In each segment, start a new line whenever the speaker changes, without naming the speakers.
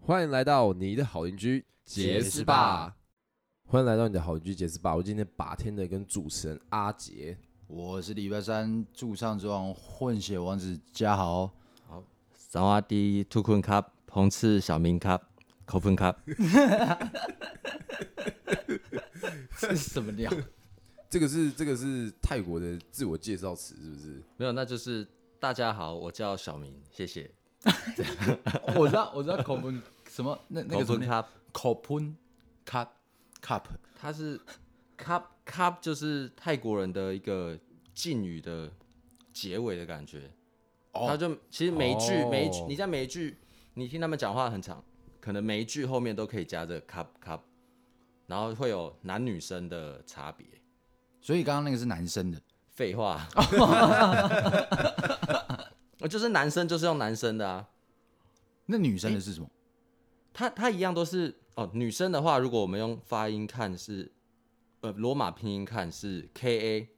欢迎来到你的好邻居
杰斯霸，
欢迎来到你的好邻居杰斯霸。我今天把天的跟主持人阿杰，
我是礼拜三驻唱之王混血王子嘉豪，
萨瓦迪啊兔坤卡，彭次小明卡，口分卡，
这是什么鸟？
这个是这个是泰国的自我介绍词是不是？
没有，那就是大家好，我叫小明，谢谢。
我知道，我知道口喷什么那那
口
个什
分
么念
卡，
口喷 cup cup
它是卡卡，就是泰国人的一个敬语的结尾的感觉。
哦
他就其实每一句
哦
每一句，你在每一句，你听他们讲话很长，可能每一句后面都可以加着卡卡，然后会有男女生的差别。
所以刚刚那个是男生的，
废话，呃就是男生就是用男生的啊，
那女生的是什么？
他他一样都是哦。女生的话，如果我们用发音看是，呃，罗马拼音看是 K A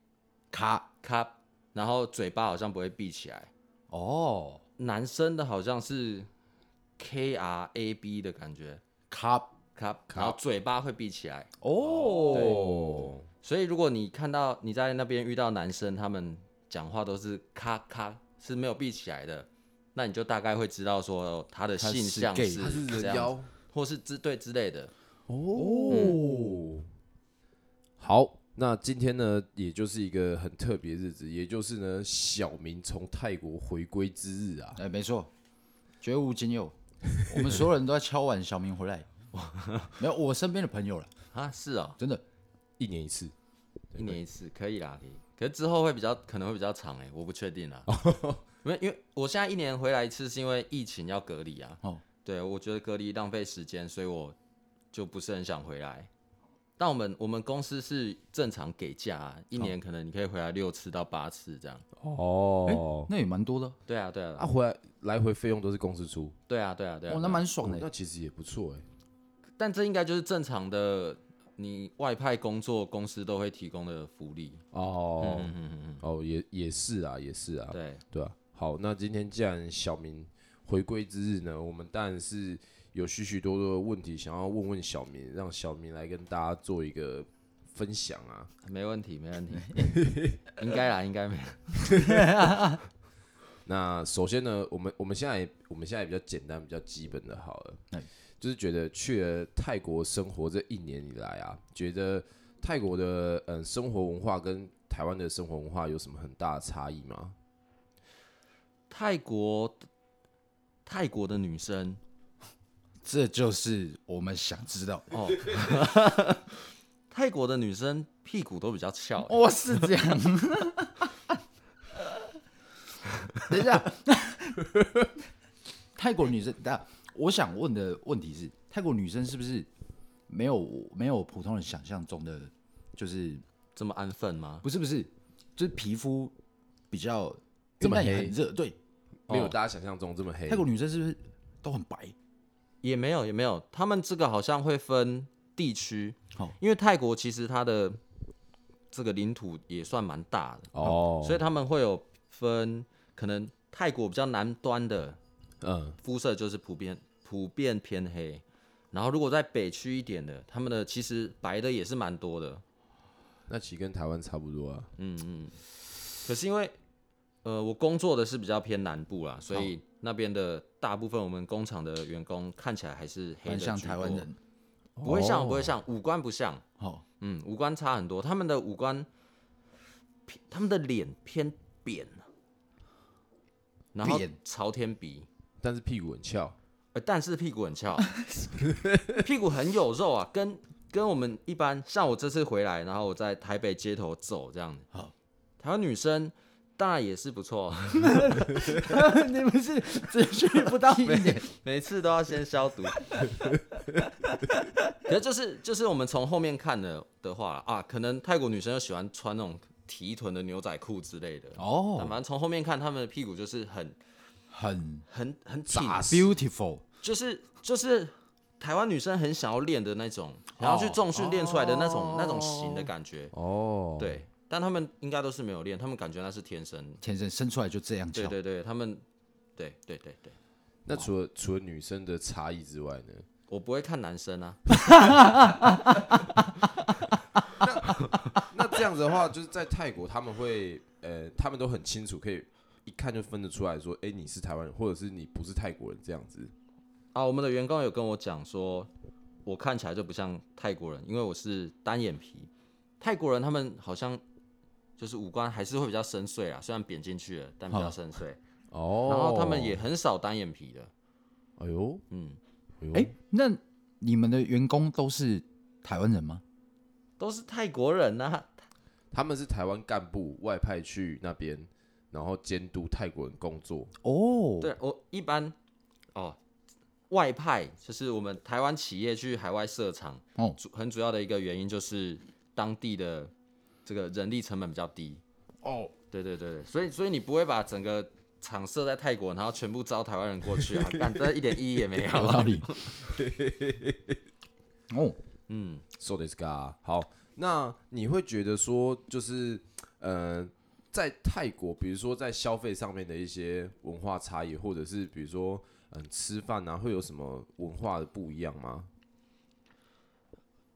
卡
卡，然后嘴巴好像不会闭起来。
哦
男生的好像是 K R A B 的感觉，
，cup
卡，然后嘴巴会闭起来。
哦，
哦，
所以如果你看到你在那边遇到男生，他们讲话都是咔咔，是没有闭起来的，那你就大概会知道说他的
他是
性向
gay，
他是
这
人
样，
妖
或是之对之类的。
哦。好，那今天呢，也就是一个很特别日子，也就是呢，小明从泰国回归之日啊。
哎，没错，绝无仅有，我们所有人都在敲碗小明回来，没有我身边的朋友了，
啊，是哦，
真的，
一年一次，
一年一次可以啦，可以。可是之后会比较可能会比较长哎、我不确 定啦。因为因为我现在一年回来一次，是因为疫情要隔离啊。
哦
哦，对，我觉得隔离浪费时间，所以我就不是很想回来。但我们我们公司是正常给假啊、一年可能你可以回来六次到八次这样。
哦，
那也蛮多的，
对啊，对啊
啊，，回来来回费用都是公司出，
对啊，对啊，对啊。
哦，那蛮爽
哦
的，
那其实也不错哎。
但这应该就是正常的，你外派工作公司都会提供的福利。
哦
嗯，嗯嗯
哦，也也是啊，也是啊
嗯，，对，
对啊。好，那今天既然小明回归之日呢，我们当然是有许许多多的问题想要问问小明，让小明来跟大家做一个分享啊。
没问题，没问题。应该啦，应该没。
那首先呢，我们我们现在我们现在比较简单、比较基本的好了，
嗯
哎
就是觉得去了泰国生活这一年以来啊，觉得泰国的嗯生活文化跟台湾的生活文化有什么很大的差异吗？
泰国泰国的女生
这就是我们想知道。
哦， 泰国的女生屁股都比较翘、欸
哦，是这样。等一下，泰国女生，等一下我想问的问题是，泰国女生是不是没有没有普通人想象中的，就是
这么安分吗？
不是不是，就是皮肤比较
这么
但也
黑
很热，对，
没
哦
有大家想象中这么黑。
泰国女生是不是都很白？
也没有，也没有。他们这个好像会分地区，
哦
因为泰国其实它的这个领土也算蛮大的，
哦，
所以他们会有分，可能泰国比较南端的
嗯，
肤色就是普遍普遍偏黑，然后如果在北区一点的，他们的其实白的也是蛮多的，
那其实跟台湾差不多啊。
可是因为呃，我工作的是比较偏南部啦，所以那边的大部分我们工厂的员工看起来还是黑
蛮
的
像
居
台湾
多，
人。
不会像
哦
不会像，五官不像，
哦，
嗯，五官差很多，他们的五官偏，他们的脸偏扁，啊然后
扁
朝天鼻，
但是屁股很翘。
呃，但是屁股很翘，啊 屁股很有肉啊，跟跟我们一般，像我这次回来，然后我在台北街头走这样子
好，
台湾女生当然也是不错，啊
你们是只去不到一点，
每次都要先消毒。 可是就是就是我们从后面看的的话啊，可能泰国女生就喜欢穿那种提臀的牛仔裤之类的。
哦
但反正从后面看，她们的屁股就是很
很
很很挺
扎，实 beautiful，
就是就是台湾女生很想要练的那种，然后去重训练出来的那种、那种型的感觉。
哦，，
对，但他们应该都是没有练，他们感觉那是天生。
天生生出来就这样
对
翘。
对对，他们，对对对对，
那
哦
除了除了女生的差异之外呢？
我不会看男生啊，
那这样子的话，就是在泰国他们会呃，他们都很清楚，可以一看就分得出来说，哎、你是台湾人，或者是你不是泰国人这样子。
啊，我们的员工有跟我讲说，我看起来就不像泰国人，因为我是单眼皮。泰国人他们好像就是五官还是会比较深邃啊啦，虽然扁进去了，但比较
好
深邃。
哦
然后他们也，很少单眼皮的，
哎呦，
嗯，
哎呦，
哎、那你们的员工都是台湾人吗？
都是泰国人呐、啊。
他们是台湾干部外派去那边，然后监督泰国人工作。
哦，
对我一般哦，外派就是我们台湾企业去海外设厂，
哦
主很主要的一个原因就是当地的这个人力成本比较低。
哦，
对对对，对所以所以你不会把整个厂设在泰国，然后全部招台湾人过 去啊？干这一点意义也没有。
有道理。哦，
嗯，
So this guy，好，那你会觉得说，就是呃，在泰国，比如说在消费上面的一些文化差异，或者是比如说嗯、吃饭啊，会有什么文化的不一样吗？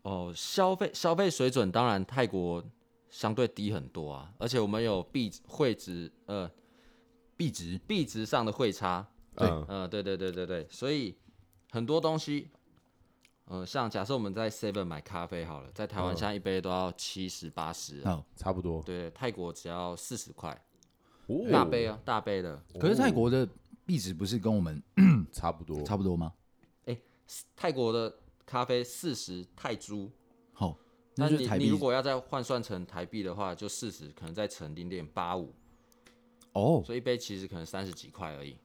哦，消费消费水准当然泰国相对低很多啊，而且我们有币汇值呃
币值
币值上的汇差，
对
嗯
呃对对对对对，所以很多东西，呃像假设我们在 Seven 买咖啡好了，在台湾
嗯
现在一杯都要七十八十，啊
哦，
差不多。
对，泰国只要四十块，
哦
大杯啊大杯的，
可是泰国的币值不是跟我们
差不
哦
多，
差不多吗？
泰国的咖啡四十泰铢，
好、
那
那就
你
是台
你
币
如果要再换算成台币的话，就四十，可能再乘零点八五，
哦，
所以一杯其实可能三十几块而已。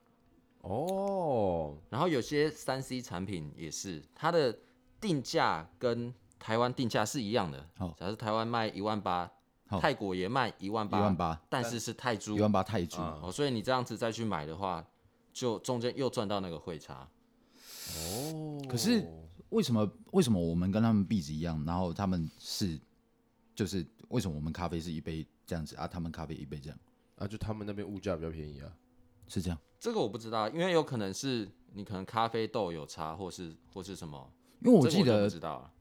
哦，
然后有些三 C 产品也是，它的定价跟台湾定价是一样的。
好
假设台湾卖一万八，
好
泰国也卖一万
一万
八，
八，
但是是泰铢
一。万八泰铢、
啊
哦，所以你这样子再去买的话，就中间又赚到那个汇差。
哦，
可是为什么为什么我们跟他们币值一样，然后他们是就是为什么我们咖啡是一杯这样子啊，他们咖啡一杯这样
啊，就他们那边物价比较便宜啊。
是这样？
这个我不知道，因为有可能是你可能咖啡豆有差，或是或是什么。
因为我
这
记
个就
得
不知道了。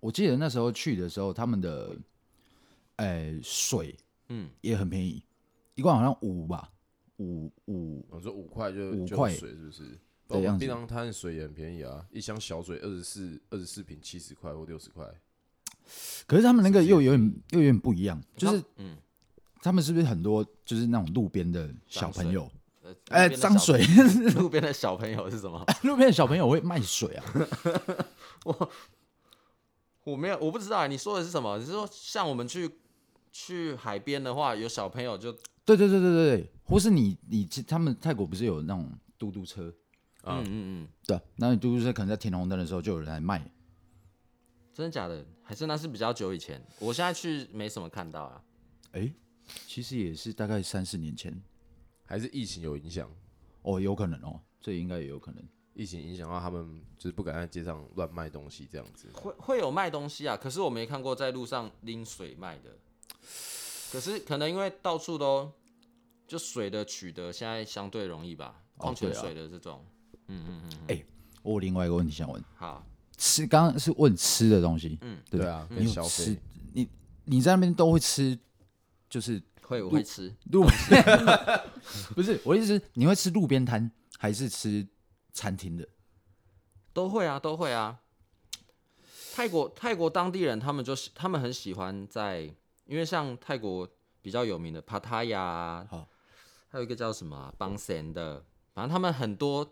我记得那时候去的时候，他们的，呃，水
嗯，
也很便宜，一罐好像五吧，五五
我说五块就
五
就
块
有水是不是？
这
我
样
们
子
槟榔摊水也很便宜啊，一箱小水二十四二十四瓶七十块或六十块。
可是他们那个又有点又有点不一样，就是
嗯，
他们是不是很多就是那种路边的小朋友，
呃，
哎，
路边的
脏
小
水，
路边的小朋友是什么？
哎 路边的小朋友会卖水啊？
我没有，我不知道啊。你说的是什么？你是说像我们去去海边的话，有小朋友就
对对对对对对，或是你你他们泰国不是有那种嘟嘟车？
啊
嗯嗯嗯，
对啊，那你嘟嘟车可能在停红灯的时候就有人来卖，
真的假的？还是那是比较久以前？我现在去没什么看到啊。
哎，其实也是大概三四年前
还是疫情有影响，
哦，有可能哦，这应该也有可能。
疫情影响到他们就是不敢在街上乱卖东西这样子。
会会有卖东西啊，可是我没看过在路上拎水卖的。可是可能因为到处都就水的取得现在相对容易吧，
哦
矿泉
对啊
水的这种。嗯嗯嗯，
我有另外一个问题想问，
好，
吃刚刚是问吃的东西，
嗯，
对
对啊，跟
你有
消
吃
费。
你你在那边都会吃，就是
会我会吃。
路边，不是我的意思是，你会吃路边摊还是吃餐厅的？
都会啊，都会啊。泰国泰国当地人他们就是他们很喜欢在，因为像泰国比较有名的帕啊塔亚
好，
还有一个叫什么啊邦森的，反正他们很多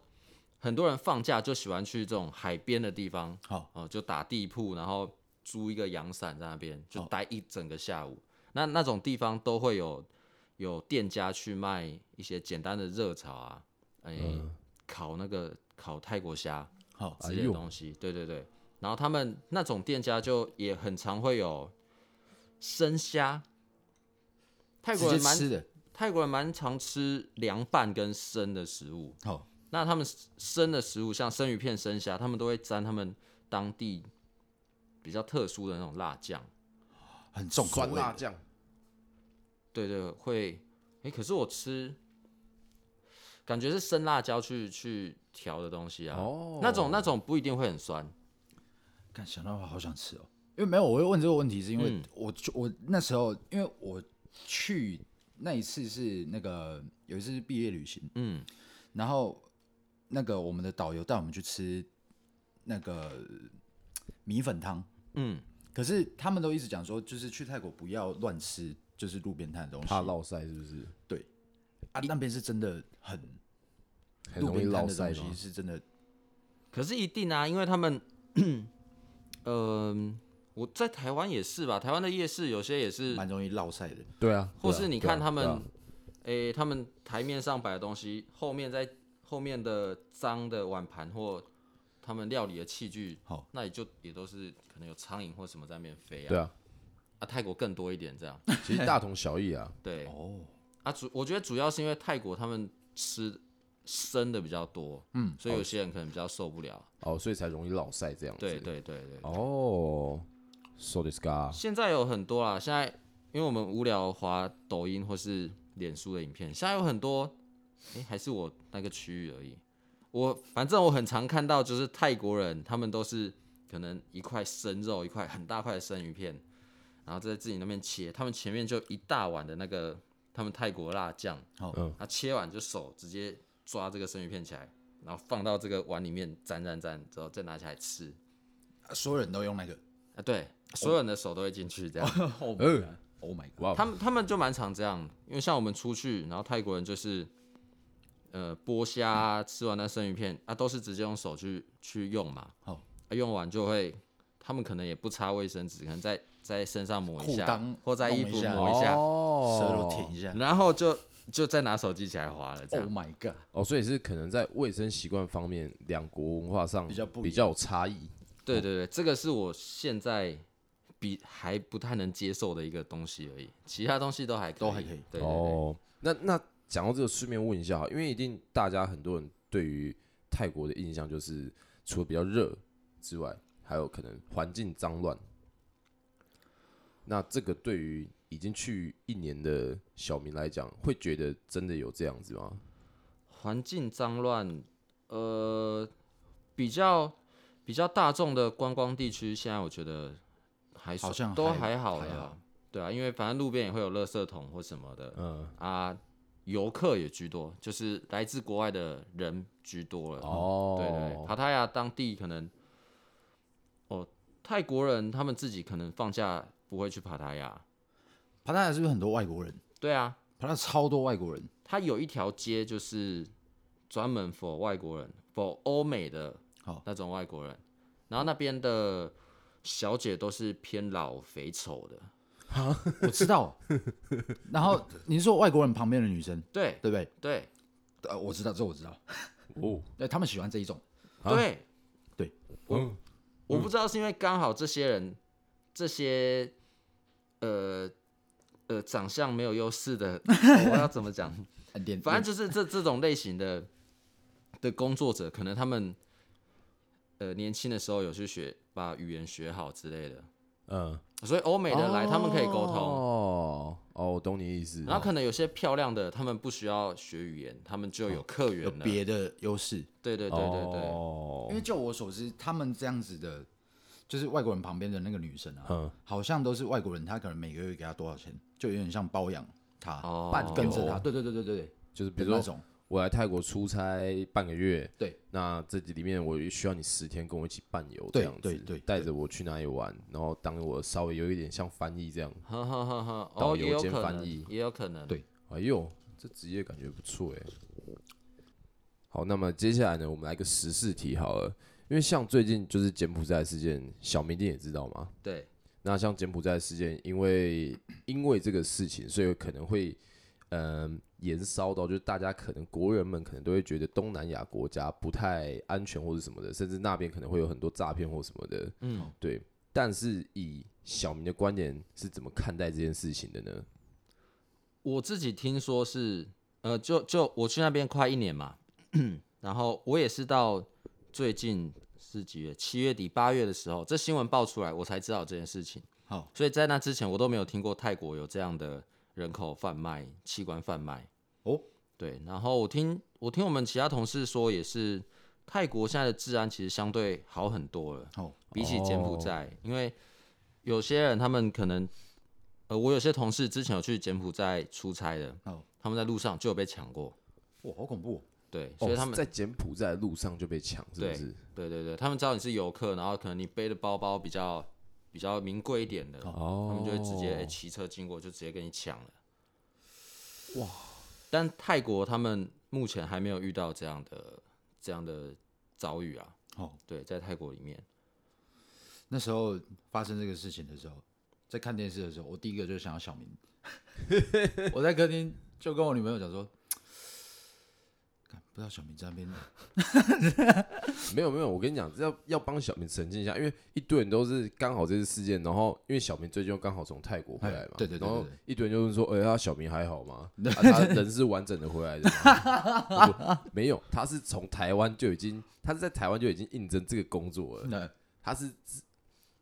很多人放假就喜欢去这种海边的地方，
好，
哦、就打地铺，然后租一个阳伞在那边就
好
待一整个下午。那那种地方都会有有店家去卖一些简单的热炒啊，哎、
嗯
烤那个烤泰国虾，
好，
之类的东西。对对对，然后他们那种店家就也很常会有生虾，泰
直
国
接
人蛮
吃的，
泰国人蛮常吃凉拌跟生的食物，
好，
那他们生的食物，像生鱼片、生虾，他们都会沾他们当地比较特殊的那种辣酱。
很重口
酸
味
辣
的，
酱，
对对，会。诶，可是我吃，感觉是生辣椒去去调的东西啊。
哦
那种那种不一定会很酸。
看想到我好想吃哦，因为没有我会问这个问题，是因为
嗯
我、就我那时候因为我去那一次是那个有一次是毕业旅行，
嗯，
然后那个我们的导游带我们去吃那个米粉汤，
嗯，
可是他们都一直讲说，就是去泰国不要乱吃，就是路边摊的东西。
怕落晒是不是？
啊，那边是真的很
很
路
容易
边摊
落
的
晒
东
吗
西？是真的
可是一定啊，因为他们，嗯、我在台湾也是吧，台湾的夜市有些也是
蛮容易落晒的。
对啊，
或
对
是
啊
你
对啊
看他们，
对
诶、
啊
他们台面上摆的东西，后面在后面的脏的碗盘或他们料理的器具，
好，
那也就也都是可能有苍蝇或什么在那边飞啊。
对啊，
啊，泰国更多一点 这样。
其实大同小异啊。
对
哦，
啊，主我觉得主要是因为泰国他们吃生的比较多，嗯，所以有些人可能比较受不了。
哦，所以才容易落晒这样子。
对对对对。
哦，so this guy，
现在有很多啦，现在因为我们无聊滑抖音或是脸书的影片，现在有很多，诶，哎还是我那个区域而已。我反正我很常看到，就是泰国人他们都是可能一块生肉，一块很大块的生鱼片，然后在自己那边切，他们前面就一大碗的那个他们泰国辣酱，
好
嗯
他切完就手直接抓这个生鱼片起来，然后放到这个碗里面沾沾沾，之后再拿起来吃。
啊所有人都用那个。
啊，对，所有人的手都会进去这样。
Oh my
呃
god！Oh my god！
哇，
他们他们就蛮常这样，因为像我们出去，然后泰国人就是，呃，剥虾啊吃完那生鱼片啊，都是直接用手去去用嘛。
好
啊用完就会，他们可能也不擦卫生纸，可能在在身上抹一
裤
下
裆，
或在衣
弄
服
一下
抹一下，
哦，
舌头舔一下。
然后就就再拿手机起来划了这
Oh
样。
my god！
哦，所以是可能在卫生习惯方面，两国文化上
比较不一样
比较有差异。
对对对，这个是我现在比还不太能接受的一个东西而已，其他东西都还
都还可以
对对对，
哦，那那讲到这个，顺便问一下哈，因为一定大家很多人对于泰国的印象就是，除了比较热之外，还有可能环境脏乱。那这个对于已经去一年的小明来讲，会觉得真的有这样子吗？
环境脏乱，呃，比较比较大众的观光地区，现在我觉得还算
好像
都
还
还好
还
了
好，
对啊，因为反正路边也会有垃圾桶或什么的，
嗯，
啊，游客也居多，就是来自国外的人居多了。
哦，
呃对对，帕塔亚当地可能，哦，泰国人他们自己可能放假不会去帕塔亚，
帕塔亚是不是很多外国人？
对啊，
帕塔亚超多外 国人。
它有一条街就是专门 for 外国人，for 欧美的
好
那种外国人，然后那边的小姐都是偏老肥丑的，
我知道。然后你是说外国人旁边的女生，
对
对不对？
对
呃，我知道，这我知道。
哦，
对，他们喜欢这一种。
啊
对，
嗯，
我不知道是因为刚好这些人这些呃呃长相没有优势的， 哦我要怎么讲？
呃脸
反正就是这这种类型的的工作者，可能他们呃年轻的时候有去学把语言学好之类的，
嗯，
所以欧美的来、他们可以沟通，
哦，哦，我懂你意思。
然后可能有些漂亮的他们不需要学语言，他们就有客源
有
了。
别的优势。
对对对对对，
因
哦，
为就我所知，他们这样子的，就是外国人旁边的那个女生啊，
嗯，
好像都是外国人，他可能每个月给她多少钱，就有点像包养她，
哦
伴跟着她。
哦
对对对对对对，
就是比
的
如说
那种。
我来泰国出差半个月，
对，
那这里面我需要你十天跟我一起伴游，这
对
样子，
对对
带着我去哪里玩，然后当我稍微有一点像翻译这样。
呵呵呵呵，
导
哦，
游
也有
兼
可
翻
能
译，
也有可能。
对
哎呦，这职业感觉不错哎。好，那么接下来呢，我们来个时事题好了，因为像最近就是柬埔寨事件，小明一定也知道嘛。
对，
那像柬埔寨事件，因为因为这个事情，所以可能会嗯、延烧到，就是大家可能国人们可能都会觉得东南亚国家不太安全或者什么的，甚至那边可能会有很多诈骗或什么的。
嗯，
对，但是以小明的观点是怎么看待这件事情的呢？
我自己听说是，呃，就就我去那边快一年嘛， 然后我也是到最近是几月，七月底八月的时候，这新闻爆出来，我才知道这件事情。
好，
所以在那之前，我都没有听过泰国有这样的人口贩卖、器官贩卖。
哦，
对，然后我听我听我们其他同事说，也是泰国现在的治安其实相对好很多了，
好，
比起柬埔寨，
哦
因为有些人他们可能，呃，我有些同事之前有去柬埔寨出差的，
哦
他们在路上就有被抢过，
哇，好恐怖哦、
对，
哦
所以他们、
在柬埔寨的路上就被抢，是不
对
是？
对对对，他们知道你是游客，然后可能你背的包包比较比较名贵一点的，
哦
他们就会直接哎骑、车经过就直接跟你抢了。哇！但泰国他们目前还没有遇到这样的这样的遭遇啊。
哦，
对，在泰国里面，
那时候发生这个事情的时候，在看电视的时候，我第一个就想到 小明。我在客厅就跟我女朋友讲说，干不知道小明在那边
没有没有，我跟你讲，这要要帮小明澄清一下，因为一堆人都是刚好这次事件，然后因为小明最近又刚好从泰国回来嘛
哎，对对对
然后
对对
一堆人就是说，哎、呀，小明还好 吗？啊、他人是完整的回来的吗我说？没有，他是从台湾就已经，他是在台湾就已经应征这个工作了，
那
他是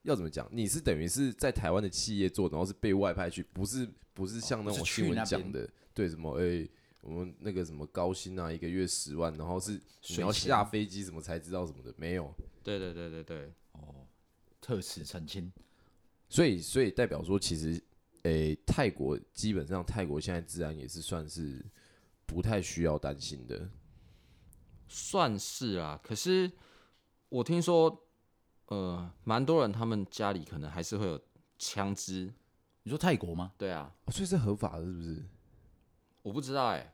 要怎么讲？你是等于是在台湾的企业做，然后是被外派去，不是不是像那
哦
种
是去
新闻
那
讲
边
的，对什么哎、我们那个什么高薪啊，一个月十万，然后是你
水
要
钱
下飞机什么才知道什么的，没有。
对对对对对，
特此澄清。
所以所以代表说，其实诶、泰国基本上泰国现在治安也是算是不太需要担心的。
算是啊。可是我听说，呃，蛮多人他们家里可能还是会有枪支。
你说泰国吗？
对啊，
哦、所以是合法的，是不是？
我不知道哎、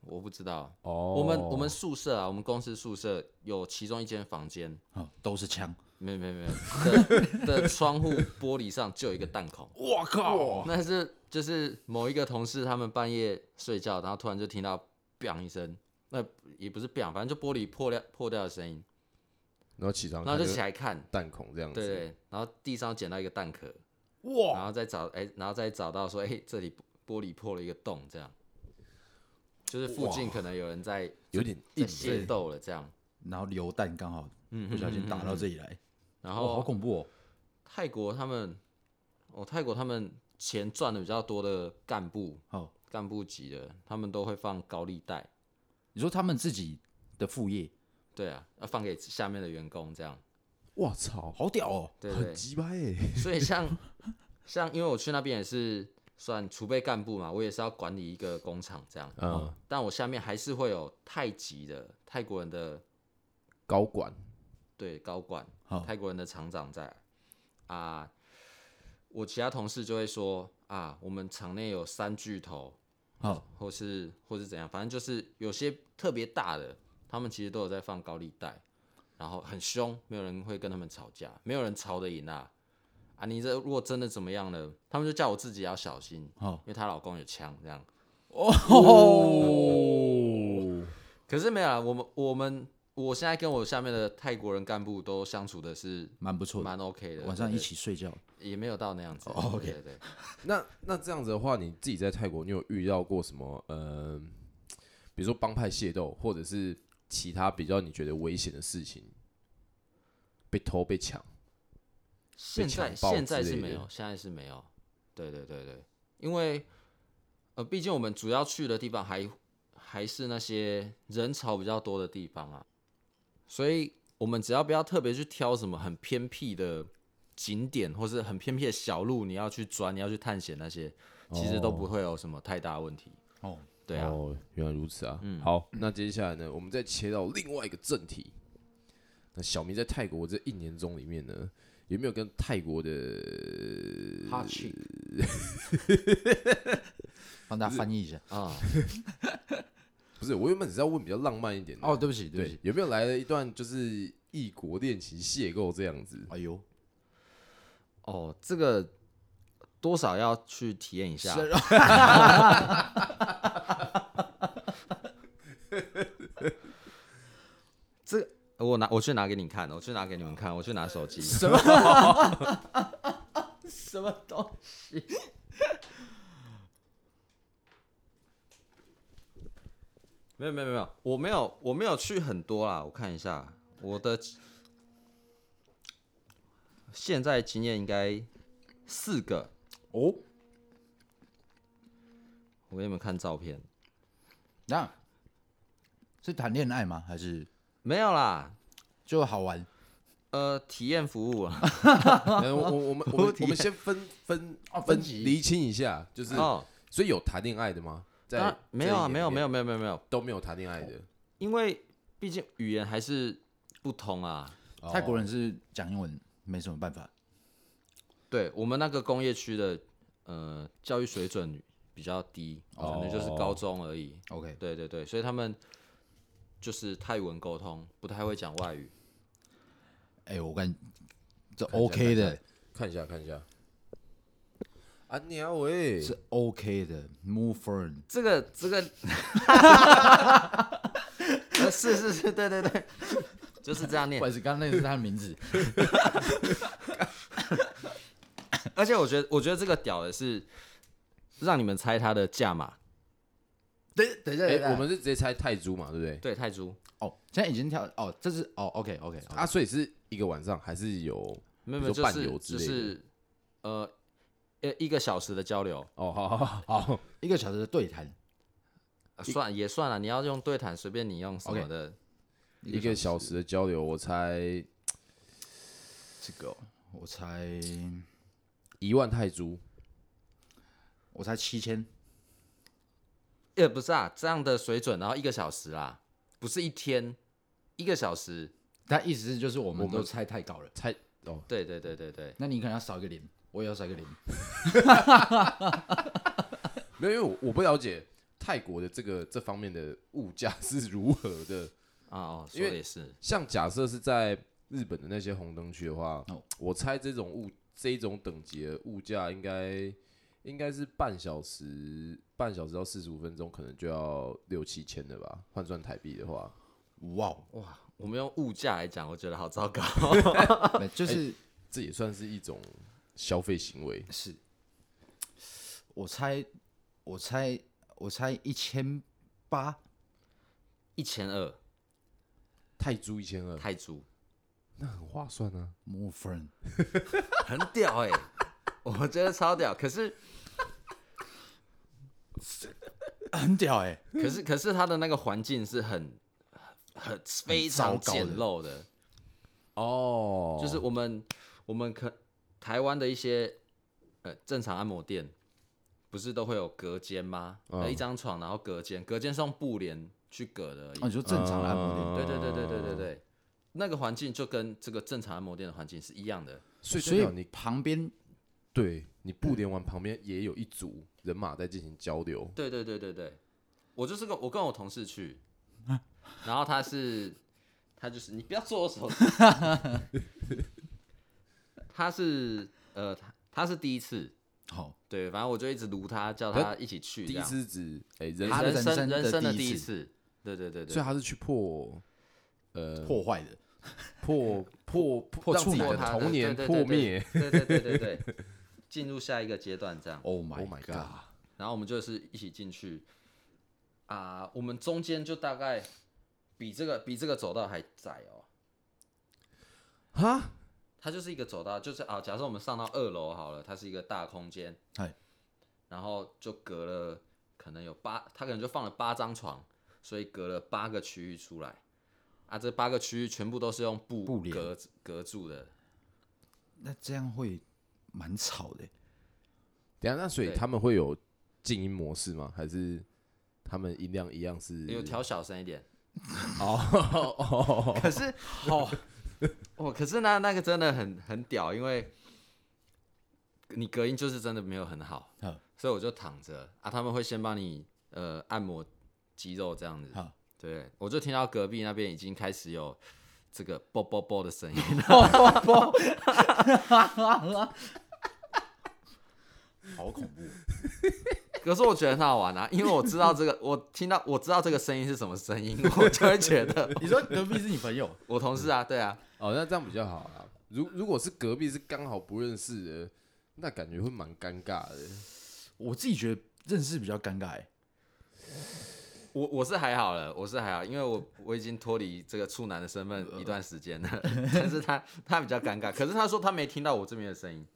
我不知道。
哦
我们我们宿舍啊，我们公司宿舍有其中一间房间，
哦，都是枪。
没有没有没有的的窗户玻璃上就有一个弹孔，
我靠！
那是就是某一个同事他们半夜睡觉，然后突然就听到 “bang” 一声，那也不是 “bang”，反正就玻璃破掉破掉的声音，
然后起床，
哦
然后就起来看，
弹孔这样子。
对对，然后地上捡到一个弹壳，
哇！
然后再找哎、然后再找到说哎、这里玻璃破了一个洞，这样，就是附近可能有人在
有点
在
硬
械斗了这样，嗯
然后流弹刚好不小心打到这里来，
然
哦，好
后
恐怖哦！
泰国他们，哦，泰国他们钱赚的比较多的干部，
哦，
干部级的，他们都会放高利贷，
你说他们自己的副业，
对啊，要放给下面的员工这样，
哇操，
好屌哦！
对
很
对
鸡掰耶！
所以像 像因为我去那边也是算储备干部嘛，我也是要管理一个工厂这样，
嗯，
但我下面还是会有泰籍的泰国人的
高管
对高管，
好
泰国人的厂长在啊，我其他同事就会说啊，我们厂内有三巨头，
好，
或是或是怎样，反正就是有些特别大的，他们其实都有在放高利贷，然后很凶，没有人会跟他们吵架，没有人吵得赢啊。啊，你这如果真的怎么样了，他们就叫我自己要小心，
好
因为她老公有枪这样。
哦，
可是没有啊，我们我们我现在跟我下面的泰国人干部都相处的是
蛮不错的。
蛮 OK 的，
晚上
对
一起睡觉，
也没有到那样子。
哦，OK
对对对，
那那这样子的话，你自己在泰国，你有遇到过什么？呃，比如说帮派械斗，或者是其他比较你觉得危险的事情，被偷被抢。
现在
强暴
现在
之
是
类
没
的
有，现在是没有。对对对对，因为呃，毕竟我们主要去的地方还还是那些人潮比较多的地方啊，所以我们只要不要特别去挑什么很偏僻的景点或是很偏僻的小路，你要去钻，你要去探险那些，其实都不会有什么太大的问题。
哦，
对啊，
哦，原来如此啊。好，那接下来呢，我们再切到另外一个正题。那小明在泰国这一年中里面呢，有没有跟泰国的
哈气
帮大家翻译一下。
啊，
不是？我原本只是要问比较浪漫一点的。
哦，对不起，对不
对
起，。
有没有来了一段就是异国恋情邂逅这样子？
哎呦，
哦，这个多少要去体验一下。啊
啊
这个我拿我去拿给你看，我去拿给你们看，我去拿手机。 什么？
什么东西？
没有没有没有，我没有我没有去很多啦，我看一下我的现在经验应该四个
哦。
我给你们看照片，
那是谈恋爱吗？还是
没有啦，
就好玩？
呃，体验服务啊，
呃我我我们我们我们先分分
哦分级
厘清一下，就是
哦，
所以有谈恋爱的吗？
当
在
然没有啊，
这一年
没有
里面
没有没有没有没有，
都没有谈恋爱的，
因为毕竟语言还是不通啊。
泰国人是讲英文没什么办法，
对我们那个工业区的呃教育水准比较低，可能就是高中而已。
OK，
对对对，所以他们就是泰文沟通，不太会讲外语。
哎、我跟这
看一下
OK 的，
看一下看一下。啊鸟喂，
是 OK 的，Move Fern
这个这个， 呃是是是，对对对，就是这样念
不好。意思，刚刚那个是他的名字。
而且我觉得我觉得这个屌的是让你们猜它的价码，
等等一下，等一下
哎，我们是直接猜泰铢嘛，对不对？
对泰铢
哦，现在已经跳哦，这是哦，OK OK，
啊，所以是一个晚上还是有
没有没有
比
就
如说
是
伴游之
就
类的
是呃呃一个小时的交流。
哦，好好好好，
一个小时的对谈，
啊算也算了，你要用对谈，随便你用什么
OK
的。
一个小时的交流，我猜
这个哦、我猜
一万泰铢，
我猜七千，
也不是啊，这样的水准，然后一个小时啦，不是一天，一个小时。
他意思是就是我
我
们
们
都猜太高了，
猜哦，
对对对对对，
那你可能要少一个零，我也要少一 个零。
没有，因为我我不了解泰国的这个这方面的物价是如何的。
啊哦，说
因为
的也是，
像假设是在日本的那些红灯区的话
哦
我猜这种物这一种等级的物价应该应该是半小时半小时到四十五分钟，可能就要六七千的吧，换算台币的话。
哇哦，
我们用物价来讲，我觉得好糟 糕。
没就是
这也算是一种消费行为。
是，我猜我猜我猜一千八，
一千二
泰铢一千二，
泰铢，
那很划算啊！
Move Fern
很屌哎、 我觉得超屌。可是
很屌哎、
可是可是他的那个环境是很很非常
糟糕的
简陋的，
哦
就是我们我们可台湾的一些呃正常按摩店，不是都会有隔间吗？呃
嗯
一张床，然后隔间，隔间是用布帘去隔的而已。
哦，你说正常的按摩店，
对对对对对
嗯
对对，那个环境就跟这个正常按摩店的环境是一样的。
所以
所
所以
以
你
旁边
对你布帘完旁边也有一组人马在进行交流，
对对对对对，我就是跟我跟我同事 去，然后他是他就是你不要做我手机，他是呃他他是第一次，
好、
对，反正我就一直撸他，叫他一起去
呃第
这
一
样。
次指哎、人
他
他
生
的人
人生
生的
人生的
第
第
一
一
次
次，对对对
所
对
以，他是去破呃
破坏的，
破破
破
让
处
自己
男
的
他
童年
对对
破
对
灭。
对对对对对，进入下一个阶段这样。
Oh
Oh
my
my
god！
god！
然后我们就是一起进去啊、我们中间就大概比这个比这个走道还窄哦。
哈，
它就是一个走道，就是啊，假设我们上到二楼好了，它是一个大空间，
嗨
然后就隔了可能有八，它可能就放了八张床，所以隔了八个区域出来啊，这八个区域全部都是用布
布帘
隔隔住的，
那这样会蛮吵的欸，
等一下那所以
对
他们会有静音模式吗？还是他们音量一样是？
有调小声一点。
哦，
可是哦，哦，可是那那个真的很很屌，因为你隔音就是真的没有很好
嗯，
所以我就躺着啊，他们会先帮你呃按摩肌肉这样子
嗯，
对我就听到隔壁那边已经开始有这个啵啵啵的声音，
好恐怖。
可是我觉得很好玩啊，因为我知 道这个，我听到我知道这个声音是什么声音， 我就会觉得
你说隔壁是你朋友？
我同事啊，对啊，
哦，那这样比较好啦。如如果是隔壁是刚好不认识的，那感觉会蛮尴尬的。
我自己觉得认识比较尴尬欸，
我我是还好了，我是还好，因为我我已经脱离这个处男的身份一段时 间了，但是他他比较尴尬，可是他说他没听到我这边的声音，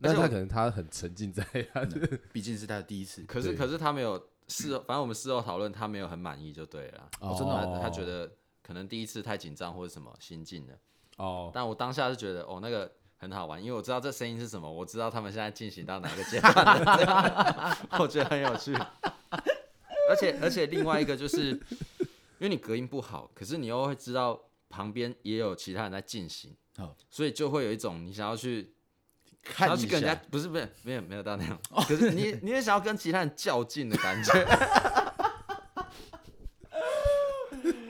那
而且
他
我
可能他很沉浸在他的
毕竟是他的第一次。
可是
对
可是他没有事后，反正我们事后讨论，他没有很满意就对了啦，
哦
真的
哦
他他觉得可能第一次太紧张或者什么心境了，
哦，
但我当下是觉得哦那个。很好玩，因为我知道这声音是什么，我知道他们现在进行到哪个阶段了，对我觉得很 有趣。而且而且另外一个就是， 因为你隔音不好，可是你又会知道旁边也有其他人在进行
哦，
所以就会有一种你想要去
看
然
一
后去跟人
下哦
家，不是不是没有没有到那样，可是你你也想要跟其他人较劲的感觉。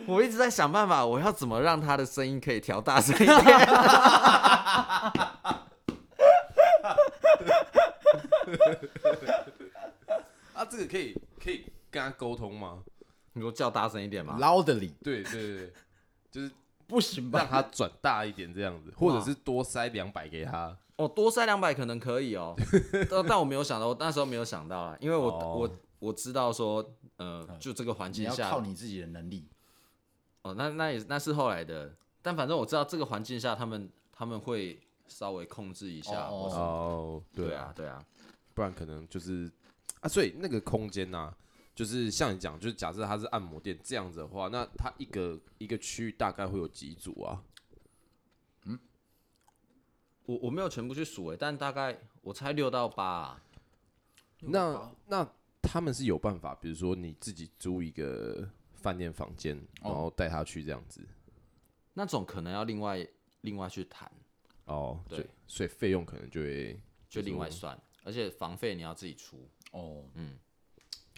我一直在想办法，我要怎么让他的声音可以调大声一 点。
啊，这个可以可以跟他沟通吗？
你说叫大声一点吗？
loudly
对对对对，就是
不行
让
吧？
他转大一点这样子，或者是多塞两百给他。
哦，多塞两百可能可以哦，但但我没有想到，我那时候没有想到啦，因为我、
哦
我我知道说，呃，就这个环
嗯你
境
要
下
靠，你自己的能力。
哦，那那也那是后来的，但反正我知道这个环境下，他们他们会稍微控制一下，
哦
或是
哦，
对
对
啊，对啊，
不然可能就是啊，所以那个空间呐、就是像你讲，就是假设它是按摩店这样子的话，那它一个一个区域大概会有几组啊？
我我没有全部去数诶，欸但大概我猜六到八、啊，
那那他们是有办法，比如说你自己租一个饭店房间，
哦
然后带他去这样子。
那种可能要另外另外去谈，
哦，
对
所以，所以费用可能就会，
就另外
就是
算，而且房费你要自己出，
哦，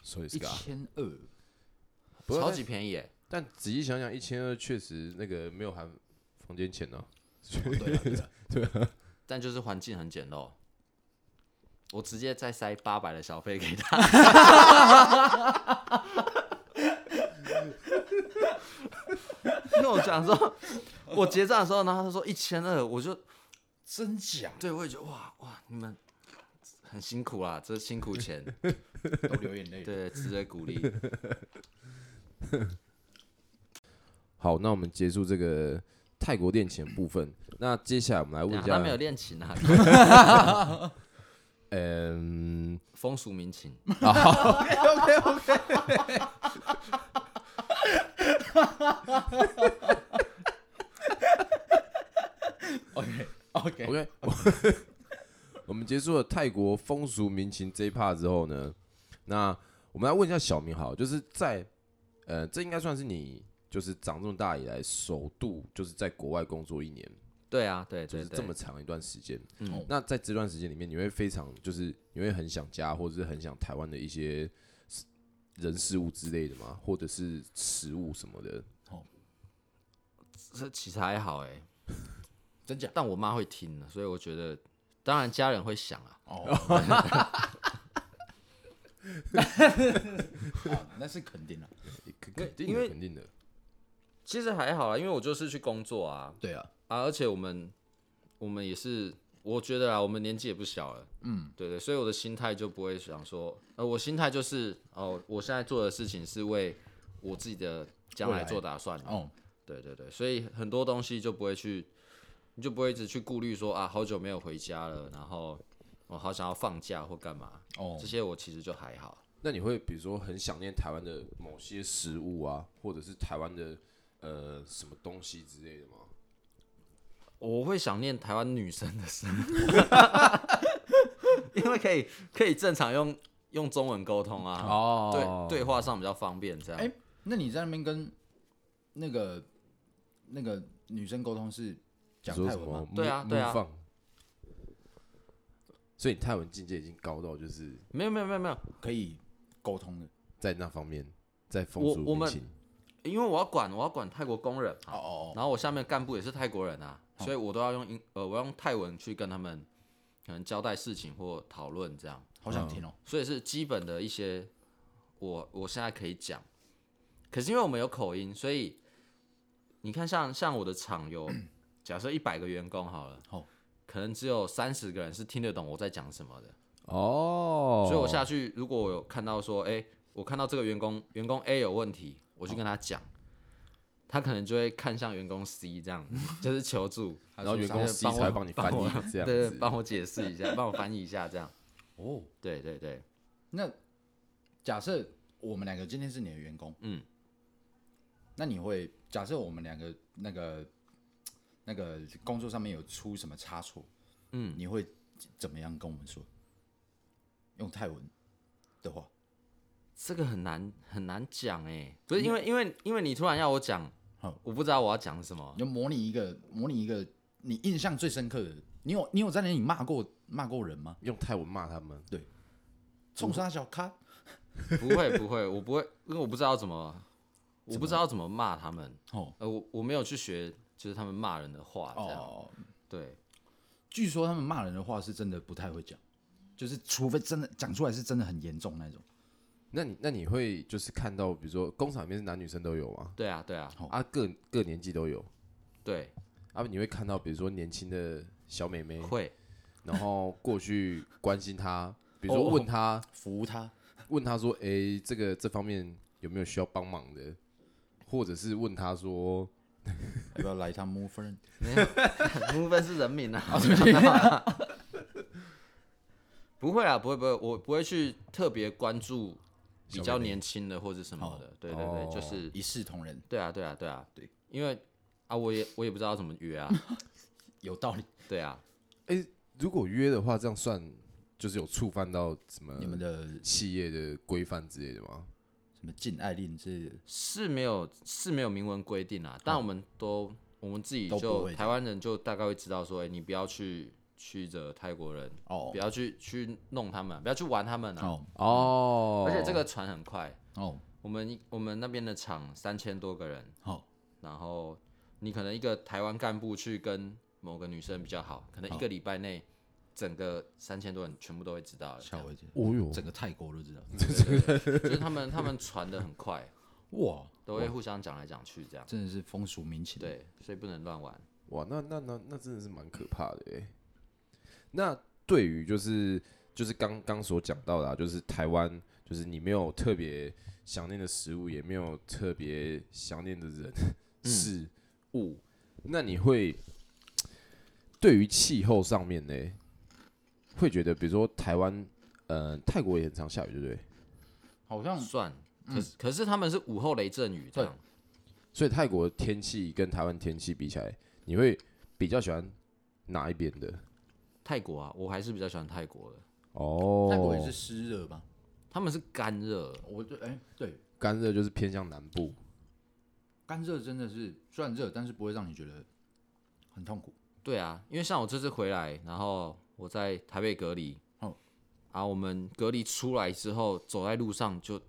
所以是
一
个啊
千二，哦
不过
超级便宜欸耶。
但仔细想想，一千二确实那个没有含房间钱呢、
对啊对啊，
但就是环境很简陋。我直接再塞八百的小费给他， 因为我想说，我结账的时候，然后他说一千二，我就
真假
对我也觉得哇哇，你们很辛苦啦，这是辛苦钱，
都流眼泪。
对，值得鼓励。
好，那我们结束这个泰国恋情的部分。那接下来我们来问
等
一
一下
下，
他没有恋情 啊，
嗯，
风俗民情。
OK OK，
OK，我 我们结束了泰国风俗民情这一 part 之后呢，那我们来问一下小明好，就是在呃，这应该算是你就是长这么大以来首度就是在国外工作一年，
对啊，对
就
对
是
对，
这么长一段时间。
哦
嗯
那在这段时间里面，你会非常就是你会很想家，或者是很想台湾的一些事人事物之类的吗？或者是食物什么的？
这其实还好哎、
真假？
但我妈会听，所以我觉得，当然家人会想啊，
哦，啊那是肯定啊。
肯
因为
肯定
因为
的，肯定的。
其实还好啦，因为我就是去工作啊
对啊，
啊，而且我们我们也是，我觉得啊，我们年纪也不小了，嗯，对对，所以我的心态就不会想说，呃，我心态就是哦，我现在做的事情是为我自己的将
未
来
来
做打算的，
哦，
对对对，所以很多东西就不会去，你就不会一直去顾虑说啊，好久没有回家了，然后我好想要放假或干嘛，
哦
这些我其实就还好。
那你会比如说很想念台湾的某些食物啊，或者是台湾的呃什么东西之类的吗？
我会想念台湾女生的声音， 因为可以可以正常用用中文沟通啊，
哦
对对话上比较方便这样。
哎那你在那边跟那个那个女生沟通是讲
说
泰
什
文
么
吗？？
对啊
木
对啊
木放所以你泰文境界已经高到就是
没有没有没有没有，
可以沟通的。
在那方面，在风
我
俗
我
民
们
情
因为我要管我要管泰国工人
哦
啊，
哦
然后我下面干部也是泰国人啊，所以我都要用英呃我要用泰文去跟他们可能交代事情或讨论这样。
哦，好想听哦。
所以是基本的一些我我现在可以讲，可是因为我们有口音，所以你看像像我的厂 有假设一百个员工好了，
好
可能只有三十个人是听得懂我在讲什么的，
哦
所以我下去如果我有看到说，哎、我看到这个员工，员工 A 有问题，我去跟他讲，他可能就会看向员工 C 这样，就是求助，
然后员工 C 才会帮你翻译这
对
样
对，
子。
帮我解释一下，帮我翻译一下这样。
哦，
对对对，
那假设我们两个今天是你的员工，
嗯，
那你会假设我们两个那个那个工作上面有出什么差错，
嗯，
你会怎么样跟我们说？用泰文的话，
这个很难很难讲哎、不是因为因为因为你突然要我讲
好，
我不知道我要讲什么
你。就模拟一个模拟一个你印象最深刻的，你有你有在那里骂过骂过人吗？
用泰文骂他们，
冲杀小
嗯
咖，
不会不会，我不会，因为我不知道怎么，我不知道怎么骂他们。
哦
呃，我我没有去学，就是他们骂人的话这样。
哦，
对，
据说他们骂人的话是真的不太会讲，就是除非真的讲出来是真的很严重那种。
那你那你会就是看到，比如说工厂里面是男女生都有吗？
对啊，对啊，
啊，各各年纪都有。
对，
啊，你会看到，比如说年轻的小妹 妹，
会，
然后过去关心她，比如
哦
说问她，
服务他，
问她说，诶，这个这方面有没有需要帮忙的，或者是问她说，
要不要来一趟 m o v e r
没有，部分是人民啊。 不会啊，不会不会，我不会去特别关注比较年轻的或者什么的。对对对，
哦
就是
一视同仁，
对啊对啊对啊，
对，
因为啊，我也我也不知道怎么约啊，
有道理。
对啊，
如果约的话，这样算就是有触犯到什么
你们的
企业的规范之类的吗？
什么禁爱令之类的，
是没有是没有明文规定啊，但我们都我们自己
都不
就
会
台湾人就大概会知道说，哎、你不要去去惹泰国人，
哦
不要去去弄他们啊，不要去玩他们啊。
哦
哦
而且这个船很快，
哦
我们我们那边的厂三千多个人，
哦
然后你可能一个台湾干部去跟某个女生比较好，可能一个礼拜内，整个三千多人全部都会知道了。
吓我一跳，
哦哟，
整个泰国都知道。
就是他们他们传的很快，
哇，
都会互相讲来讲去这样。
真的是风俗民情。，
对，所以不能乱玩。
哇，那那那那真的是蛮可怕的哎。那对于就是就是刚刚所讲到的、啊，就是台湾，就是你没有特别想念的食物，也没有特别想念的人、
嗯
事物，那你会对于气候上面呢，会觉得比如说台湾，呃，泰国也很常下雨，对不对？
好像
算，
嗯
可是、可是他们是午后雷阵雨这样，
所以泰国的天气跟台湾天气比起来，你会比较喜欢哪一边的？
泰国啊，我还是比较喜欢泰国的，
哦，
泰国也是湿热吧？
他们是干热，
我就哎，对，
干热就是偏向南部，
干热真的是虽然热，但是不会让你觉得很痛苦。
对啊，因为像我这次回来，然后我在台北隔离，
哦
啊，我们隔离出来之后，走在路上就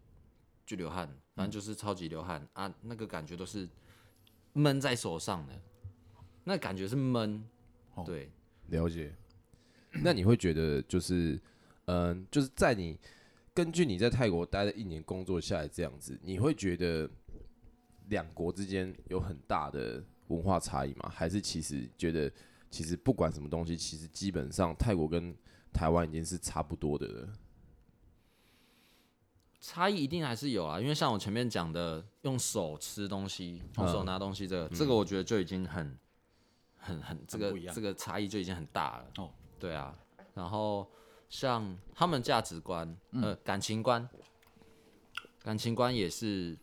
就流汗，反
嗯
正就是超级流汗、啊，那个感觉都是闷在手上的，那感觉是闷，
哦
对，
了解。那你会觉得就是，嗯，就是在你根据你在泰国待了一年工作下来这样子，你会觉得两国之间有很大的文化差异吗？还是其实觉得其实不管什么东西，其实基本上泰国跟台湾已经是差不多的了。
差异一定还是有啊，因为像我前面讲的，用手吃东西、
嗯
用手拿东西，这个、这个我觉得就已经很、很很这
很不
个
一样
这个差异就已经很大了。
哦，
对啊，然后像他们价值观、
嗯
呃感情观，感情观也是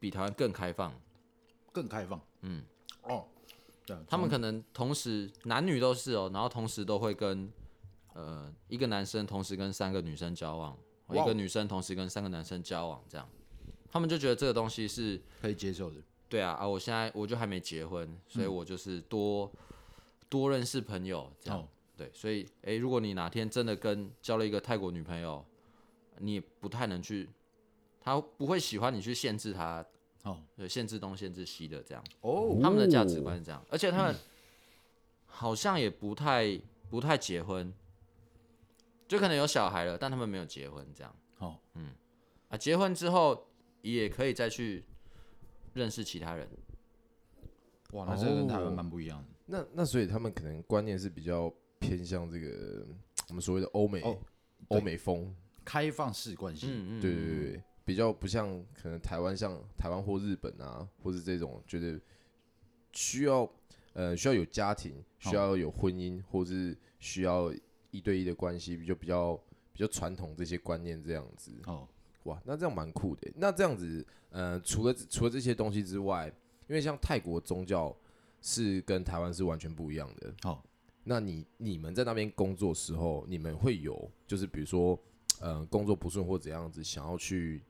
比台湾更开放。
更开放。嗯，哦，对啊，
他们
从
可能同时男女都是哦，然后同时都会跟呃一个男生同时跟三个女生交往，
哇
一
哦
个女生同时跟三个男生交往，这样他们就觉得这个东西是
可以接受的。
对啊啊，我现在我就还没结婚，所以我就是多、多认识朋友这样。
哦，
对，所以诶，如果你哪天真的跟交了一个泰国女朋友，你也不太能去，她不会喜欢你去限制她，
哦，
呃，限制东限制西的这样。
哦，
他们的价值观是这样，而且
嗯
他们好像也不太不太结婚，就可能有小孩了，但他们没有结婚这样
好，
啊。结婚之后也可以再去认识其他人，
哇，那这个跟
哦
台湾蛮不一样的。
那那所以他们可能观念是比较偏向这个我们所谓的欧美
哦
欧美风，
开放式关系。
嗯嗯，
对对对对，比较不像可能台湾像台湾或日本啊，或是这种觉得需要呃需要有家庭，需要有婚姻，或是需要一对一的关系，就比较比较传统这些观念这样子。
嗯
哦，
哇，那这样蛮酷的。欸那这样子，呃，除了除了这些东西之外，因为像泰国宗教是跟台湾是完全不一样的。
好，
那你你们在那边工作时候，你们会有就是比如说，呃，工作不顺或怎样子，想要去